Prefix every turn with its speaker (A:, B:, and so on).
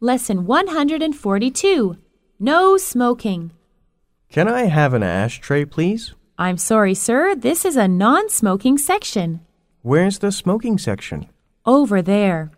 A: Lesson 142 No Smoking.
B: Can I have an ashtray, please?
A: I'm sorry, sir, this is a non smoking section.
B: Where's the smoking section?
A: Over there.